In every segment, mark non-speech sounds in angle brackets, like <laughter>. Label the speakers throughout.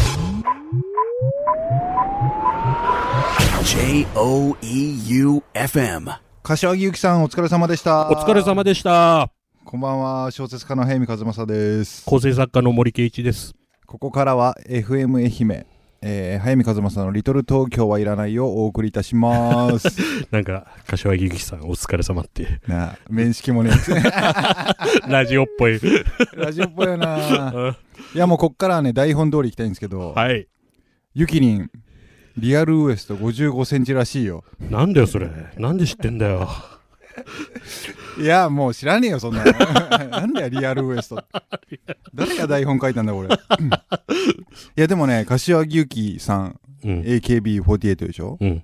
Speaker 1: E J-O-E-U-F-M
Speaker 2: 柏木由紀さん、お疲れ様でした。
Speaker 3: お疲れ。様でした。
Speaker 2: こんばんは、小説家の平見和正です。
Speaker 3: 構成作家の森圭一です。
Speaker 2: ここからは FM 愛媛、えー、早見和正のリトル東京はいらないをお送りいたします。
Speaker 3: <laughs> なんか、柏木由紀さんお疲れ様って、
Speaker 2: なあ、面識もね、
Speaker 3: ラジオっぽい。 <laughs>
Speaker 2: ラジオっぽいよな。いや、もうこっからはね、台本通り行きたいんですけど、
Speaker 3: はい。
Speaker 2: ゆきりん、リアルウエスト55センチらしいよ。
Speaker 3: なんだよ、それ。なんで知ってんだよ。
Speaker 2: いや、もう知らねえよ、そんなの。 <laughs> なんだよ、リアルウエスト。誰が台本書いたんだ、これ。いや、でもね、柏木由紀さん、
Speaker 3: うん。
Speaker 2: AKB48 でしょ
Speaker 3: うん。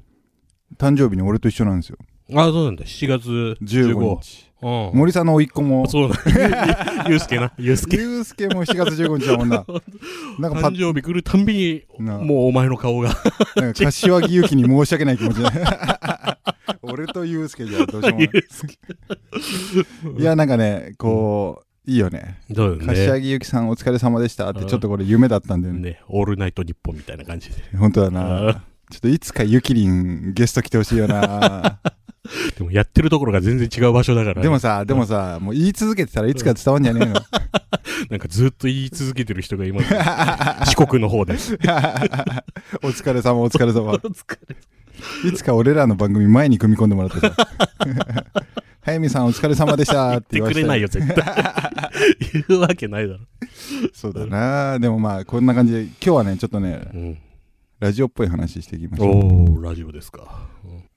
Speaker 2: 誕生日に俺と一緒なんですよ。
Speaker 3: あそうなんだ。7月
Speaker 2: 15
Speaker 3: 15。
Speaker 2: 日。
Speaker 3: うん。
Speaker 2: 森さんの甥っ子も、
Speaker 3: そうだ。ゆうす <laughs> けな。ゆうすけ。
Speaker 2: ゆうすけも7月15日だもん
Speaker 3: <laughs>
Speaker 2: な。なんかパ
Speaker 3: 誕
Speaker 2: ッ
Speaker 3: 生日来るたんびに、
Speaker 2: な
Speaker 3: もうお前の顔が。
Speaker 2: なんか柏木由紀に申し訳ない気持ちで。 <laughs> 俺とゆうすけじゃどうしようもない。いや、なんかね、こう、いいよね。
Speaker 3: そうだよ
Speaker 2: 柏木由紀さんお疲れ様でしたって、ちょっとこれ夢だったんだよ
Speaker 3: ね。
Speaker 2: ね。
Speaker 3: ね、オールナイト日本みたいな感じで。
Speaker 2: 本当だな。ちょっといつかゆきりんゲスト来てほしいよな。
Speaker 3: でもやってるところが全然違 <laughs> う場所だから。
Speaker 2: でも、さ、でもさ、もう言い続けてたらいつか伝わんじゃねえの。
Speaker 3: <laughs> なんかずっと言い続けてる人がいます。四国の方 <laughs> で。
Speaker 2: <laughs> お疲れ様、お疲れ様。
Speaker 3: お疲れ
Speaker 2: いつか俺らの番組前に組み込んでもらってさ。 <laughs> 早見さんお疲れ様でしたって言
Speaker 3: 言っ
Speaker 2: わ
Speaker 3: て
Speaker 2: せ
Speaker 3: くれないよ、絶対。 <laughs> 言うわけないだろ。
Speaker 2: そうだな。でもまあ、こんな感じで、今日はね、ちょっとね、
Speaker 3: うん、
Speaker 2: ラジオっぽい話していきましょう。
Speaker 3: おー、ラジオですか。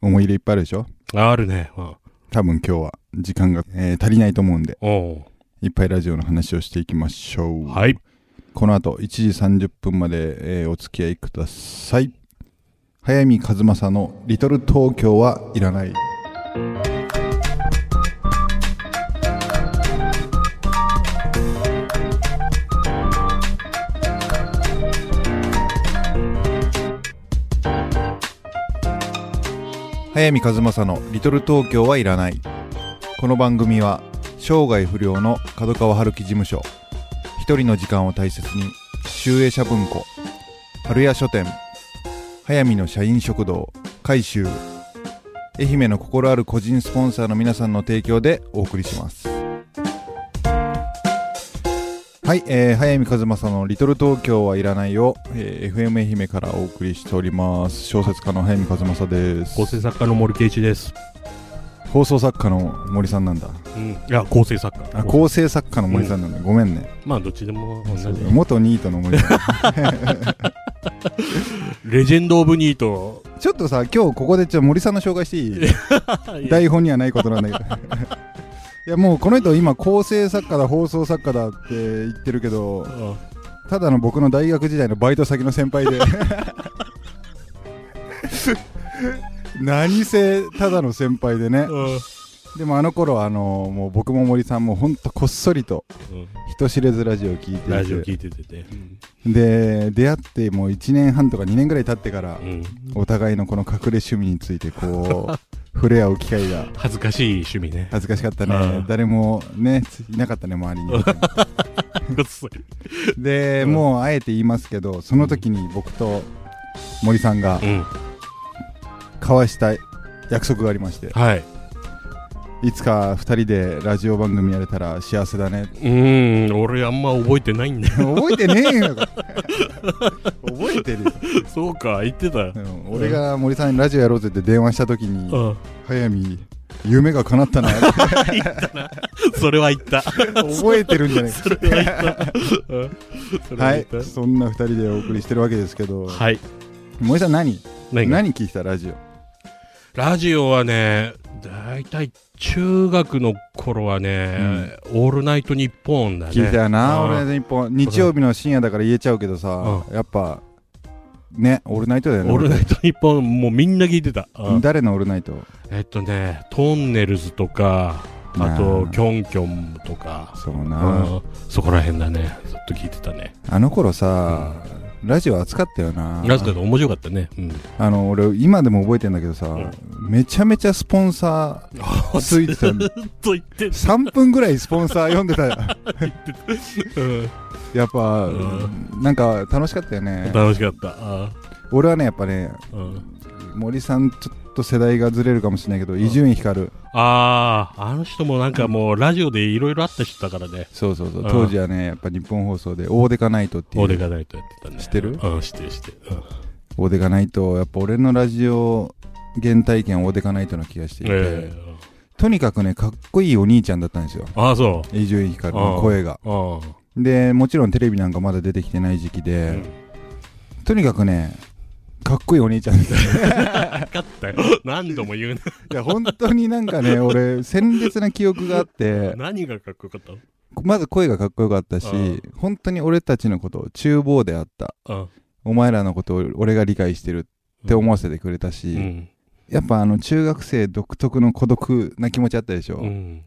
Speaker 2: 思い入れいっぱいあるでしょ
Speaker 3: あるね。うん、
Speaker 2: 多分今日は時間が、えー足りないと思うんで、
Speaker 3: お
Speaker 2: いっぱいラジオの話をしていきましょう。
Speaker 3: ーはい。
Speaker 2: この後、1時30分まで、えーお付き合いください。早見和正のリトル東京はいらない。早見和正のリトル東京はいらない。この番組は生涯不良の角川春樹事務所一人の時間を大切に集英社文庫春屋書店早見の社員食堂改修愛媛の心ある個人スポンサーの皆さんの提供でお送りしますはい、えー、早見和正の「リトル東京はいらないを」えー FM 愛媛からお送りしております小説家の早見和正です
Speaker 3: 構成作家の森圭一です。
Speaker 2: 放送作家の森さんなんだ
Speaker 3: うん、いや、構成作家。
Speaker 2: あ構成作家の森さんなんだ、ごめんね
Speaker 3: まあ、どっちでも同じ。
Speaker 2: 元ニートの森
Speaker 3: <laughs>
Speaker 2: さん
Speaker 3: レジェンド・オブ・ニート。
Speaker 2: ちょっとさ今日ここでちょっと森さんの紹介してい
Speaker 3: <laughs>
Speaker 2: い台本にはないことなんだけど <laughs> いやもうこの人今構成作家だ放送作家だって言ってるけど
Speaker 3: うん
Speaker 2: ただの僕の大学時代のバイト先の先
Speaker 3: <laughs>
Speaker 2: 輩で何せただの先輩でね
Speaker 3: うん
Speaker 2: でもあの頃はあのもう僕も森さんもほんとこっそりと
Speaker 3: うん
Speaker 2: 人知れずラジオを聞いていて
Speaker 3: ラジオ聞いててて。
Speaker 2: で出会ってもう1年半とか2年ぐらい経ってから
Speaker 3: うん
Speaker 2: お互いのこの隠れ趣味についてこう
Speaker 3: <laughs>
Speaker 2: 触れ合う機会が
Speaker 3: 恥ずかしい趣味ね。
Speaker 2: 恥ずかしかった
Speaker 3: あ
Speaker 2: ね
Speaker 3: あ
Speaker 2: 誰もねついなかったね周りに
Speaker 3: ごっそり
Speaker 2: で
Speaker 3: うん
Speaker 2: もうあえて言いますけどその時に僕と森さんが
Speaker 3: うん。
Speaker 2: 交わした約束がありまして
Speaker 3: はい。
Speaker 2: いつか2人でラジオ番組やれたら幸せだね
Speaker 3: うーん、俺あんま覚えてないんだよ。 <laughs>
Speaker 2: 覚えてねえよ覚えてるよ、
Speaker 3: そうか、言ってたよ
Speaker 2: う。ん俺が森さんにラジオやろうぜって電話した時に
Speaker 3: うん。
Speaker 2: 早見夢が叶ったな
Speaker 3: <laughs> それは言った。
Speaker 2: 覚えてるんじゃない
Speaker 3: それは言った。それ
Speaker 2: は
Speaker 3: <laughs> は言
Speaker 2: い
Speaker 3: った。、
Speaker 2: そんな2人でお送りしてるわけですけど、
Speaker 3: はい。
Speaker 2: 森さん何
Speaker 3: 何
Speaker 2: 何
Speaker 3: が
Speaker 2: 聞いてたラジオ
Speaker 3: ラジオはね、だいたい中学の頃はね、オールナイトニッポンだね。
Speaker 2: 聞いたよな、
Speaker 3: うん
Speaker 2: 俺ね一本日曜日の深夜だから言えちゃうけどさ、やっぱねオールナイトだよね
Speaker 3: オールナイトニッポン、もうみんな聞いてた。
Speaker 2: 俺誰のオールナイト
Speaker 3: えっとね、トンネルズとか、あと
Speaker 2: な、
Speaker 3: キョンキョンとか、
Speaker 2: そうな、
Speaker 3: うんそこら辺だね。ずっと聞いてたね。
Speaker 2: あの頃さ、ラジオ熱かったよな
Speaker 3: なぜかと面白かったね。うん。
Speaker 2: あの俺今でも覚えてんだけどさ、
Speaker 3: うん
Speaker 2: めちゃめちゃスポンサーついて
Speaker 3: <laughs>
Speaker 2: たの
Speaker 3: と言ってる。
Speaker 2: 3分ぐらいスポンサー読んでたよ
Speaker 3: うん
Speaker 2: やっぱ、
Speaker 3: う
Speaker 2: なんか楽しかったよね
Speaker 3: 楽しかった。あ
Speaker 2: 俺はねやっぱね
Speaker 3: ーうん
Speaker 2: 森さんちょっと世代がずれるかもしれないけど伊集院光
Speaker 3: ああ、あの人もなんかもうラジオでいろいろあった人だからね。
Speaker 2: そうそうそう
Speaker 3: うん
Speaker 2: 当時はねやっぱ日本放送で「オーデカナイト」っていう
Speaker 3: オーデカナイトやってたね。
Speaker 2: 知ってる
Speaker 3: うん、知ってる知ってる。うん
Speaker 2: オーデカナイトやっぱ俺のラジオ原体験オーデカナイトな気がしていて、
Speaker 3: ええ
Speaker 2: とにかくねかっこいいお兄ちゃんだったんですよ
Speaker 3: ああ、そ
Speaker 2: 伊集院光の声が
Speaker 3: う。あ
Speaker 2: でもちろんテレビなんかまだ出てきてない時期で、とにかくねかっこいいお兄ちゃんです
Speaker 3: <laughs>
Speaker 2: い
Speaker 3: あ。分かった <laughs> よ。何度も言う
Speaker 2: や本当になんかね俺鮮烈な記憶があって
Speaker 3: な。何がかっこよかった
Speaker 2: まず声がかっこよかったし
Speaker 3: うん
Speaker 2: 本当に俺たちのことを厨房であった
Speaker 3: あ
Speaker 2: お前らのことを俺が理解してるって思わせてくれたし、
Speaker 3: うん。
Speaker 2: やっぱあの中学生独特の孤独な気持ちあったでしょ、
Speaker 3: うん。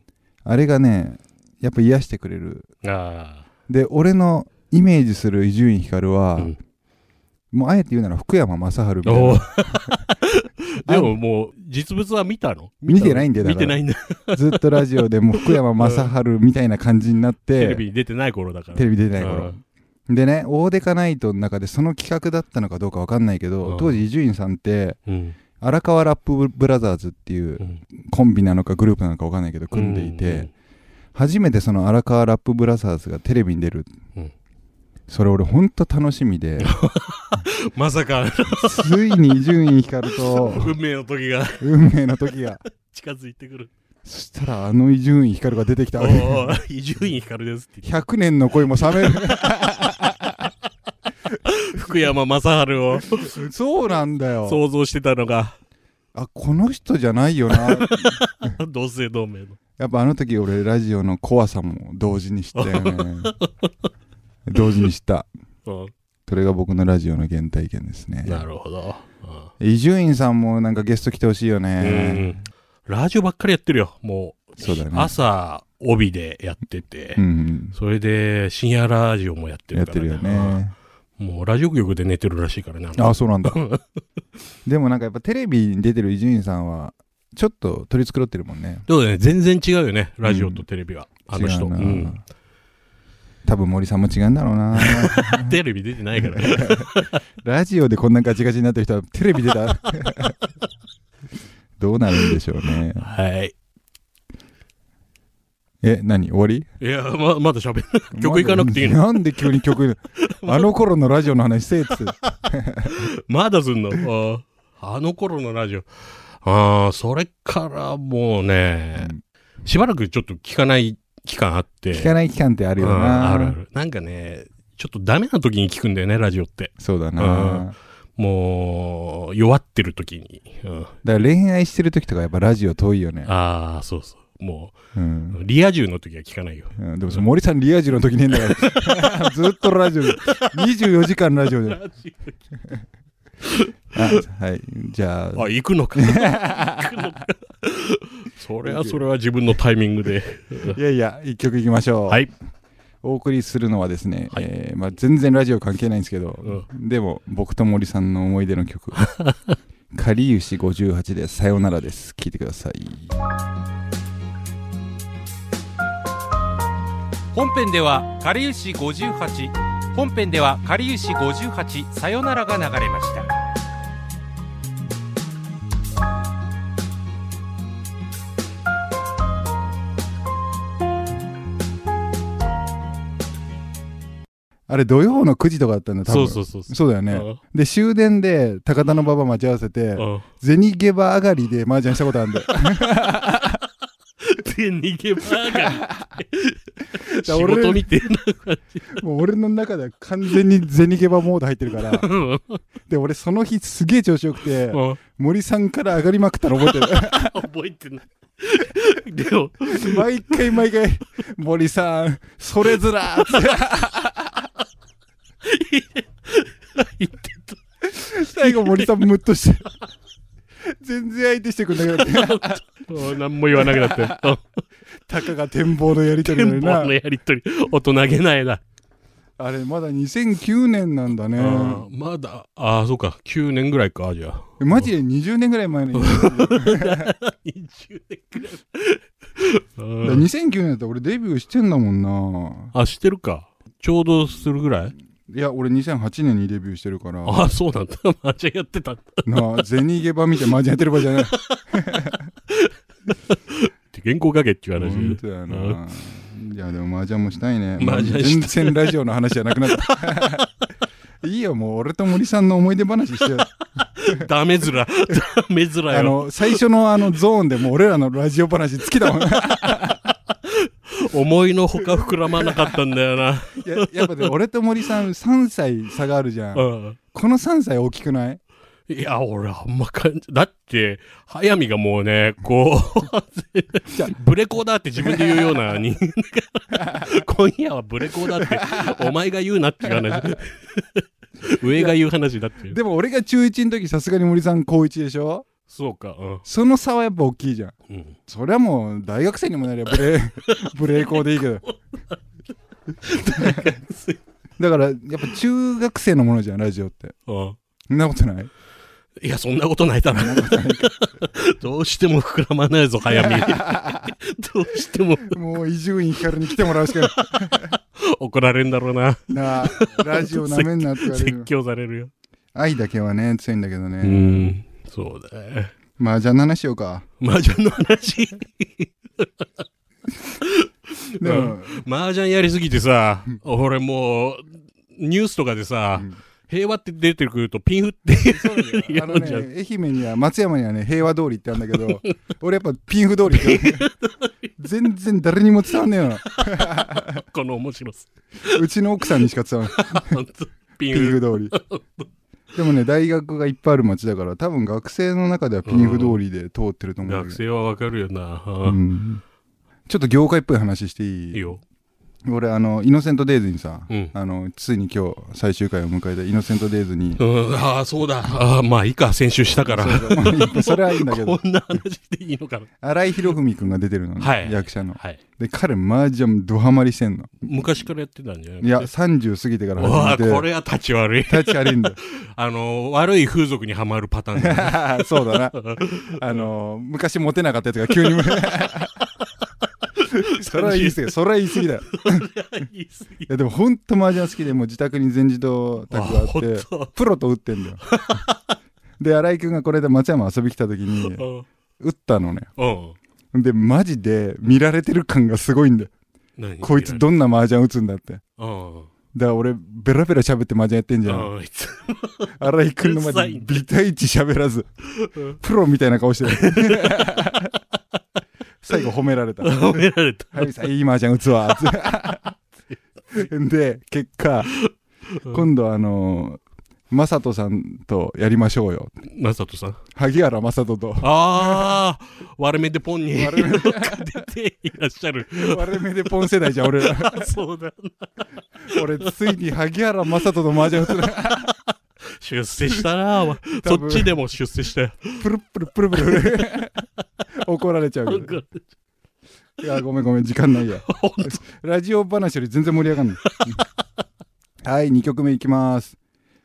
Speaker 2: あれがねやっぱ癒してくれる
Speaker 3: あ
Speaker 2: で俺のイメージする伊集院光は、
Speaker 3: あ。うん
Speaker 2: もうあえて言うなら福山雅治みたい
Speaker 3: お
Speaker 2: な
Speaker 3: ー <laughs> でももう、実物は見たの
Speaker 2: 見てないんだよだ
Speaker 3: 見
Speaker 2: から
Speaker 3: てないんだ。
Speaker 2: ずっとラジオでもう福山雅治みたいな感じになって、
Speaker 3: テレビに出てない頃だから。
Speaker 2: テレビ出て
Speaker 3: ビ
Speaker 2: ない頃、でね「オーデカナイト」の中でその企画だったのかどうか分かんないけど、
Speaker 3: うん
Speaker 2: 当時伊集院さんって
Speaker 3: うん。
Speaker 2: 荒川ラップブラザーズっていう
Speaker 3: うん
Speaker 2: コンビなのかグループなのか分かんないけど組んでいて、。初めてその荒川ラップブラザーズがテレビに出る、
Speaker 3: うん
Speaker 2: それ俺ほんと楽しみ <laughs> で
Speaker 3: うんまさか、
Speaker 2: ついに伊集院光と
Speaker 3: 運命の時が <laughs>
Speaker 2: 運命の時が
Speaker 3: 近づいてくる。
Speaker 2: そしたらあの伊集院光が出てきた
Speaker 3: お
Speaker 2: わけ
Speaker 3: ー伊集院光ですって言っ
Speaker 2: 100年の恋も冷 <laughs> める
Speaker 3: て。福山雅治を
Speaker 2: そうなんだよ
Speaker 3: 想像してた
Speaker 2: <laughs>
Speaker 3: のが、
Speaker 2: あこの人じゃないよな
Speaker 3: 同姓同名の。
Speaker 2: やっぱあの時俺ラジオの怖さも同時に知ったよね同時に知った
Speaker 3: うん
Speaker 2: それが僕のラジオの原体験ですね
Speaker 3: なるほど。うん
Speaker 2: 伊集院さんもなんかゲスト来てほしいよね
Speaker 3: ラジオばっかりやってるよ、もう。
Speaker 2: そうだね
Speaker 3: 朝、帯でやってて、
Speaker 2: うん
Speaker 3: それで深夜ラジオもやって
Speaker 2: や
Speaker 3: る
Speaker 2: っ
Speaker 3: か
Speaker 2: て
Speaker 3: ら、
Speaker 2: るよね
Speaker 3: うん。もうラジオ局で寝てるらしいからね。の
Speaker 2: あそうなんだでもなんかやっぱテレビに出てる伊集院さんはちょっと取り繕ってるもんね
Speaker 3: そうだね、全然違うよね、ラジオとテレビは。あの
Speaker 2: 違
Speaker 3: 人、
Speaker 2: う
Speaker 3: う
Speaker 2: な、
Speaker 3: ん。
Speaker 2: 多分森さんも違うんだろうな
Speaker 3: テレビ出てないから。
Speaker 2: ラジオでこんなガチガチになってる人はテレビ出たどうなるんでしょうね
Speaker 3: <laughs> はい。
Speaker 2: え何終わり
Speaker 3: いや、ままだ喋る。曲行かなくていいの
Speaker 2: なんで急に
Speaker 3: <laughs>
Speaker 2: 曲あの頃のラジオの話せえっつって
Speaker 3: まだすんの。あーあの頃のラジオ。ああ、それからもうね、しばらくちょっと聞かない期間あって。
Speaker 2: 聞かない期間ってあるよな、
Speaker 3: うんあるある。なんかね、ちょっとダメな時に聞くんだよね、ラジオって。
Speaker 2: そうだな、
Speaker 3: うん
Speaker 2: だか
Speaker 3: もう、弱ってる時に。うん、
Speaker 2: ら恋愛してる時とかやっぱラジオ遠いよね
Speaker 3: ああ、そうそう。も
Speaker 2: うん、
Speaker 3: う、リア充の時は聞かないよ。
Speaker 2: うん、でもその森さんリア充の時ねえんだから
Speaker 3: <laughs>
Speaker 2: ずっとラジオで24時間ラジオで <laughs> あはいじゃあ
Speaker 3: あ、行くのか。 <laughs> 行くのか。それはそれは自分のタイミングで。
Speaker 2: <laughs> <laughs> いやいや一曲いきましょう、
Speaker 3: はい。
Speaker 2: お送りするのはですね、
Speaker 3: はい
Speaker 2: えーまあ、全然ラジオ関係ないんですけど、でも僕と森さんの思い出の
Speaker 3: <laughs>
Speaker 2: 曲「かりゆし58」で「さよなら」です聴いてください
Speaker 4: 本編では「かりゆし58」本編では「かりゆし58さよなら」が流れました
Speaker 2: あれ土曜の9時とかだったんだ多分
Speaker 3: そうそうそうそう。
Speaker 2: そうだよね、で終電で高田の馬場待ち合わせて
Speaker 3: うん。
Speaker 2: 銭ゲバ上がりで麻雀したことあるん
Speaker 3: <laughs>
Speaker 2: だよ
Speaker 3: で、逃げば
Speaker 2: <laughs>
Speaker 3: がり。仕
Speaker 2: だ俺
Speaker 3: 事見てな。
Speaker 2: もう俺の中では完全に銭ゲバモード入ってるから
Speaker 3: うん
Speaker 2: で俺その日すげえ調子よくて
Speaker 3: うん
Speaker 2: 森さんから上がりまくったの覚えてる
Speaker 3: 覚えてない。でも、
Speaker 2: 毎回毎回、森さん、それずらーっつ
Speaker 3: 言ってた。
Speaker 2: って、最後森さんムッとして、全然相手してくんなくなって、
Speaker 3: うん何も言わなくなった
Speaker 2: <laughs>
Speaker 3: よ。
Speaker 2: たかが展望のやりとり
Speaker 3: 展
Speaker 2: なの
Speaker 3: 望の
Speaker 2: にな。
Speaker 3: やりとり、大人げないな。
Speaker 2: あれ、まだ2009年なんだね。
Speaker 3: あーまだ、ああ、そうか、9年ぐらいか、じゃあ。
Speaker 2: マジで20年ぐらい前に。 <laughs>
Speaker 3: 20年ぐらい。うん
Speaker 2: 2009年だったら俺デビューしてんだもんな。
Speaker 3: あ、してるか。ちょうどするぐらい
Speaker 2: いや、俺2008年にデビューしてるから、
Speaker 3: ああ、そうなんだ。 <laughs> マージャンやってた。っ
Speaker 2: なあ、銭ゲバみたいな、マージャンやってる場合じゃない。
Speaker 3: て原稿書けっていう話
Speaker 2: 本当や
Speaker 3: うん
Speaker 2: な。いや、でもマージャンもしたいね。
Speaker 3: 麻雀したい
Speaker 2: 全然ラジオの話じゃなくなった。い <laughs> いよ、もう俺と森さんの思い出話 <laughs> してよ。
Speaker 3: ダメ
Speaker 2: <laughs>
Speaker 3: 面。ダメ面
Speaker 2: あ
Speaker 3: よ。
Speaker 2: の、最初のあのゾーンでもう俺らのラジオ話尽きたもん。 <laughs> い
Speaker 3: 思いのほか膨らまなかったんだよな。
Speaker 2: ややっぱね、俺と森さん3歳差があるじゃん。
Speaker 3: うん。
Speaker 2: この3歳大きくない
Speaker 3: いや、俺、あんま感じ、だって、速水がもうね、こ
Speaker 2: じゃあ <laughs>
Speaker 3: う、ブレコーダーって自分で言うような人間だから、今夜はブレコーダーって、お前が言うなってい
Speaker 2: <laughs>
Speaker 3: う話。上が言う話だって。
Speaker 2: でも俺が中1の時さすがに森さん高1でしょ
Speaker 3: そうか、うん
Speaker 2: その差はやっぱ大きいじゃん。
Speaker 3: うん。
Speaker 2: そりゃもう大学生にもなりゃブレ
Speaker 3: <laughs>
Speaker 2: ブレーコーでいいけどだからやっぱ中学生のものじゃんラジオって
Speaker 3: うん。
Speaker 2: そんなことない
Speaker 3: いや、そんなことないだろ。どうしても膨らまないぞ、早見。 <laughs> どうしても
Speaker 2: もう伊集院光に来てもらうしかない
Speaker 3: 怒られるんだろうな。
Speaker 2: なあラジオなめんなって言われ
Speaker 3: 説
Speaker 2: る
Speaker 3: 教されるよ。
Speaker 2: 愛だけはね強いんだけどね、
Speaker 3: うん。そうだね。
Speaker 2: まあじゃあ話しようか
Speaker 3: 麻雀の話。
Speaker 2: でも、
Speaker 3: 麻雀やりすぎてさ、俺もう、ニュースとかでさ、
Speaker 2: うん
Speaker 3: 平和って出てくるとピンフって
Speaker 2: あ
Speaker 3: や
Speaker 2: の
Speaker 3: る
Speaker 2: ね
Speaker 3: じゃん。
Speaker 2: 愛媛には松山にはね平和通りってあるんだけ
Speaker 3: <laughs>
Speaker 2: ど俺やっぱピンフ通りって言われて全然誰にも伝わんねえよな
Speaker 3: この面白さ。
Speaker 2: うちの奥さんにしか伝わんない
Speaker 3: ほんとピン
Speaker 2: ピン
Speaker 3: フ。
Speaker 2: フ通り。 <laughs> でもね、大学がいっぱいある町だから、多分学生の中ではピンフ通りで通ってると思うん
Speaker 3: 学
Speaker 2: だけど。
Speaker 3: 生はわかるよな。
Speaker 2: うんちょっと業界っぽい話して
Speaker 3: い
Speaker 2: いい
Speaker 3: いよ。
Speaker 2: 俺、あの、イノセントデイズにさ、
Speaker 3: うん
Speaker 2: あの、ついに今日最終回を迎えたイノセントデイズに、 <laughs>
Speaker 3: うん、ああ、そうだ。ああ、まあいいか、先週したから。
Speaker 2: そうそれはいいんだけど、
Speaker 3: こんな話でいいのかな。
Speaker 2: 荒井博文くんが出てるのね、
Speaker 3: はい
Speaker 2: 役者の。
Speaker 3: はい。
Speaker 2: で、彼、麻雀ドハマりしてんの。
Speaker 3: 昔からやってたんじゃない
Speaker 2: いや、30過ぎてか
Speaker 3: う
Speaker 2: ら
Speaker 3: わあ、
Speaker 2: 始め
Speaker 3: こ
Speaker 2: て、
Speaker 3: れは立ち悪い。
Speaker 2: 立ち悪
Speaker 3: <laughs>
Speaker 2: いんだよ。
Speaker 3: あの、悪い風俗にはまるパターンだね
Speaker 2: そうだな。あのー昔モテなかったやつが急
Speaker 3: <laughs>
Speaker 2: に。 <laughs> <laughs> それは言い過ぎだ。それは言い過ぎだよ。い
Speaker 3: 言い過ぎ
Speaker 2: やでも本当麻雀好きで、もう自宅に全自動卓があ
Speaker 3: あほん
Speaker 2: って
Speaker 3: と、
Speaker 2: プロと打ってんだよ。で、新井君がこれで松山遊び来た時に、打ったのね。
Speaker 3: うん。
Speaker 2: で、マジで見られてる感がすごいんだよ。
Speaker 3: 何
Speaker 2: こいつどんな麻雀打つんだって。だか
Speaker 3: うん。うん
Speaker 2: ら俺、ベラベラ喋って麻雀やってんじゃん。
Speaker 3: あいつ
Speaker 2: 新井君の前でビタイチ喋らず、プロみたいな顔してる。 <laughs> 最後褒められた。は
Speaker 3: 褒められた。
Speaker 2: い、さいいマージャン打つわ。で、結果、今度あのー、マサトさんとやりましょうよ。
Speaker 3: マサトさん。
Speaker 2: 萩原マサトと。
Speaker 3: ああ、悪めでポンに
Speaker 2: <laughs> 割れ目
Speaker 3: 出ていらっしゃる。
Speaker 2: 割れ目でポン世代じゃん、俺ら。
Speaker 3: あそうだ。
Speaker 2: 俺、ついに萩原マサトとマージャン打つな。
Speaker 3: 出世したな。
Speaker 2: <laughs>
Speaker 3: わそ
Speaker 2: 多分
Speaker 3: っちでも出世したよ。
Speaker 2: プルプルプルプル。怒られちゃうけど。いや、ごめんごめん、時間ないや。
Speaker 3: 本
Speaker 2: ラジオ話より全然盛り上がんない。はい、2曲目いきます。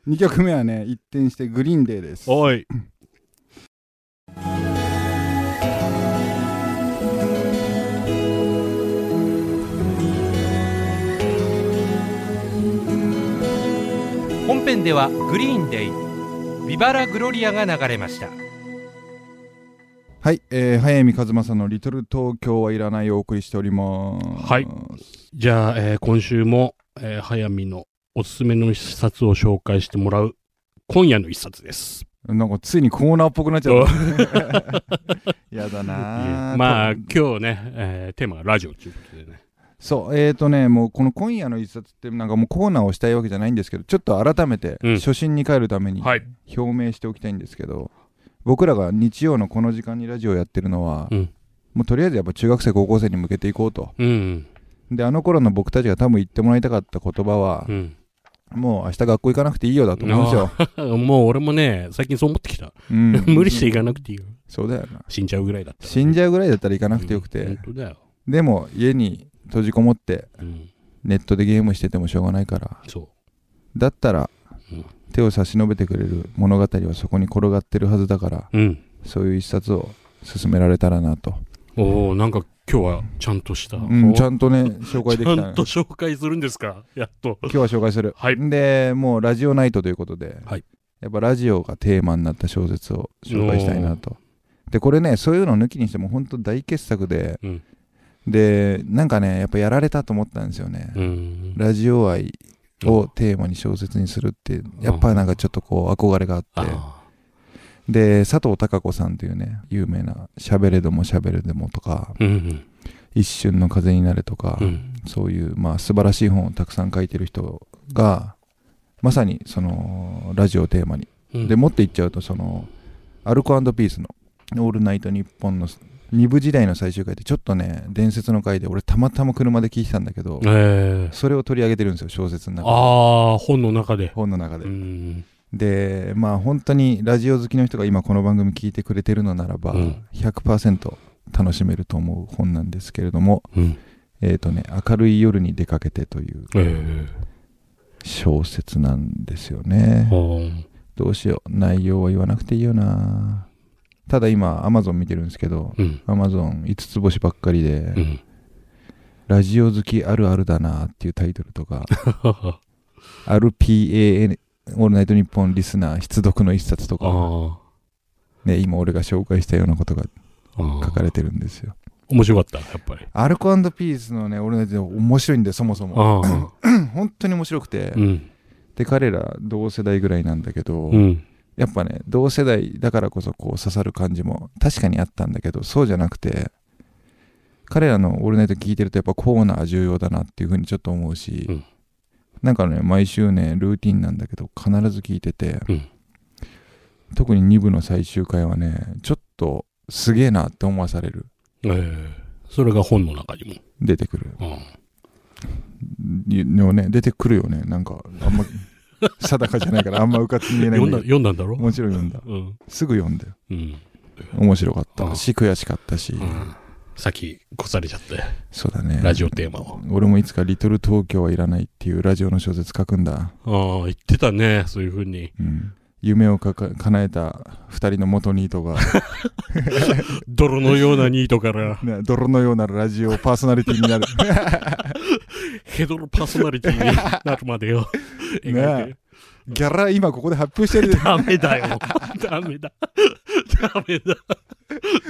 Speaker 2: 2曲目はね、一転してグリーンデーです。
Speaker 3: 当おい。
Speaker 4: 本編ではグリーンデイビバラグロリアが流れました
Speaker 2: はい、えー、早見和正の「リトル東京はいらない」をお送りしております。
Speaker 3: はいじゃあ、えー今週も、えー早見のおすすめの一冊を紹介してもらう、今夜の一冊です。
Speaker 2: なんかついにコーナーっぽくなっちゃった。 <laughs> やだなぁ
Speaker 3: <laughs> まあ、
Speaker 2: と
Speaker 3: 今日ね、えーテーマがラジオということでね。
Speaker 2: そう、えーとね、もうこの今夜の一冊って、なんかもうコーナーをしたいわけじゃないんですけど、ちょっと改めて
Speaker 3: うん
Speaker 2: 初心に帰るために
Speaker 3: はい。
Speaker 2: 表明しておきたいんですけど、僕らが日曜のこの時間にラジオやってるのは、
Speaker 3: うん。
Speaker 2: もうとりあえずやっぱ中学生高校生に向けていこうと
Speaker 3: うん。
Speaker 2: であの頃の僕たちが多分言ってもらいたかった言葉は
Speaker 3: う、ん。
Speaker 2: もう明日学校行かなくていいよだと思うんですよ、
Speaker 3: もう俺もね、最近そう思ってきた。
Speaker 2: うん、
Speaker 3: <laughs> 無理していかなくていいよ。
Speaker 2: そうだよな
Speaker 3: 死んじゃうぐらいだったら。
Speaker 2: 死んじゃうぐらいだったら行かなくてよくて、
Speaker 3: うん本当だよ。
Speaker 2: でも家に閉じこもって
Speaker 3: うん。
Speaker 2: ネットでゲームしててもしょうがないから
Speaker 3: そ
Speaker 2: だったら、
Speaker 3: うん
Speaker 2: 手を差し伸べてくれる物語はそこに転がってるはずだから
Speaker 3: う。うん。
Speaker 2: そういう一冊を勧められたらなと
Speaker 3: おおなんか今日はちゃんとした。
Speaker 2: うん、ちゃ
Speaker 3: と
Speaker 2: んとね、紹介で
Speaker 3: <laughs> ちゃ
Speaker 2: きた
Speaker 3: んと紹介するんですかやっと。
Speaker 2: 今日は紹介する。
Speaker 3: はい
Speaker 2: で、もうラジオナイトということで、
Speaker 3: はい
Speaker 2: やっぱラジオがテーマになった小説を紹介したいなと。で、これね、そういうの抜きにしても本当大傑作で、
Speaker 3: うん
Speaker 2: で、なんかね、やっぱやられたと思ったんですよね。
Speaker 3: うん。
Speaker 2: ラジオ愛をテーマに小説にするって、やっぱなんかちょっとこう憧れがあって、
Speaker 3: あ
Speaker 2: で、佐藤孝子さんというね、有名な、喋れども喋れどもとか、
Speaker 3: ーうん
Speaker 2: 一瞬の風になれとか、
Speaker 3: うん。うん。
Speaker 2: そういう、まあ、素晴らしい本をたくさん書いてる人が、まさにそのラジオをテーマに。
Speaker 3: うん
Speaker 2: で、持っていっちゃうと、そのアルコピースの「オールナイトニッポン」の2部時代の最終回って、ちょっとね、伝説の回で、俺、たまたま車で聞いてたんだけど
Speaker 3: え、え。
Speaker 2: それを取り上げてるんですよ、小説の中で。
Speaker 3: ああ、本の中で。
Speaker 2: 本の中
Speaker 3: う
Speaker 2: で。
Speaker 3: ん。
Speaker 2: で、まあ、本当にラジオ好きの人が今、この番組聞いてくれてるのならば
Speaker 3: うん、
Speaker 2: 100%楽しめると思う本なんですけれども、
Speaker 3: うん。
Speaker 2: えっとね、明るい夜に出かけてという。
Speaker 3: ええ。
Speaker 2: 小説なんですよね
Speaker 3: あ。ー
Speaker 2: どうしよう。内容は言わなくていいよな。ただ今、アマゾン見てるんですけど、
Speaker 3: うん。
Speaker 2: アマゾン5つ星ばっかりで、
Speaker 3: うん。
Speaker 2: ラジオ好きあるあるだなっていうタイトルと
Speaker 3: <laughs>
Speaker 2: か、RPAN、オールナイトニッポンリスナー必読の一冊とか、
Speaker 3: あ
Speaker 2: ね、今俺が紹介したようなことが
Speaker 3: あ。
Speaker 2: 書かれてるんですよ。
Speaker 3: 面白かった、やっぱり。
Speaker 2: アルコピースのね、オールナイトニッポン面白いんで、そもそも。
Speaker 3: ああ。
Speaker 2: 本当に面白くて、
Speaker 3: うん。
Speaker 2: で、彼ら同世代ぐらいなんだけど、
Speaker 3: うん。
Speaker 2: やっぱね同世代だからこそこう刺さる感じも確かにあったんだけどそうじゃなくて彼らの「オールナイト」聞いてるとやっぱコーナー重要だなっていうふうにちょっと思うし、
Speaker 3: うん
Speaker 2: なんかね毎週ねルーティンなんだけど必ず聞いてて、
Speaker 3: うん
Speaker 2: 特に2部の最終回はねちょっとすげえなって思わされる
Speaker 3: ええ。それが本の中にも。
Speaker 2: 出てくる
Speaker 3: うん
Speaker 2: のね出てくるよねなんかあん
Speaker 3: <laughs>
Speaker 2: ま定かじゃないからあんまうかつに言えない
Speaker 3: 読ん
Speaker 2: ん
Speaker 3: だ
Speaker 2: だけ
Speaker 3: 読んだんだろ
Speaker 2: どもちろん読んだ
Speaker 3: うん。
Speaker 2: すぐ読んだよ
Speaker 3: うん。
Speaker 2: 面白かっ
Speaker 3: あ
Speaker 2: たし悔しかったし、
Speaker 3: うんさっき越されちゃって、
Speaker 2: そうだね
Speaker 3: ラジオテーマを。
Speaker 2: 俺もいつか「リトル東京はいらない」っていうラジオの小説書くんだ、
Speaker 3: ああ、言ってたね、そういうふうに。
Speaker 2: うん、夢をかか叶えた二人の元ニー
Speaker 3: <laughs>
Speaker 2: トが
Speaker 3: 泥のようなニート <laughs> から、
Speaker 2: ね泥のようなラジオパーソナリティに
Speaker 3: <laughs>
Speaker 2: なる
Speaker 3: ヘドロパーソナリティになるまでよ。
Speaker 2: ね
Speaker 3: 描いて
Speaker 2: ギャラ今ここで発表してる
Speaker 3: ダメだよ。 <laughs> ダメだ。ダメだ。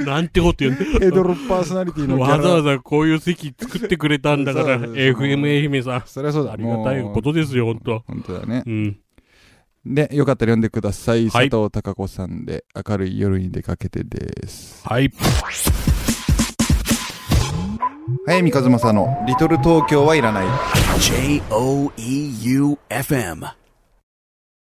Speaker 3: なんてこと言う <laughs>
Speaker 2: ヘドロパーソナリティの
Speaker 3: の
Speaker 2: ギ
Speaker 3: わ
Speaker 2: ャ
Speaker 3: ざ
Speaker 2: ラ
Speaker 3: わざこういう席作ってくれたんだから、
Speaker 2: そうそうそう
Speaker 3: FM 愛媛さん。
Speaker 2: そりゃそうだ
Speaker 3: ありがたいこと
Speaker 2: で
Speaker 3: ですよ、ほんと。
Speaker 2: 本当だね
Speaker 3: うん。
Speaker 2: でよかったら読んでください、
Speaker 3: はい
Speaker 2: 佐藤孝子さんで「明るい夜に出かけて」です
Speaker 3: はい。
Speaker 2: 早見和正の「リトル東京はいらない」
Speaker 1: J O E U F M.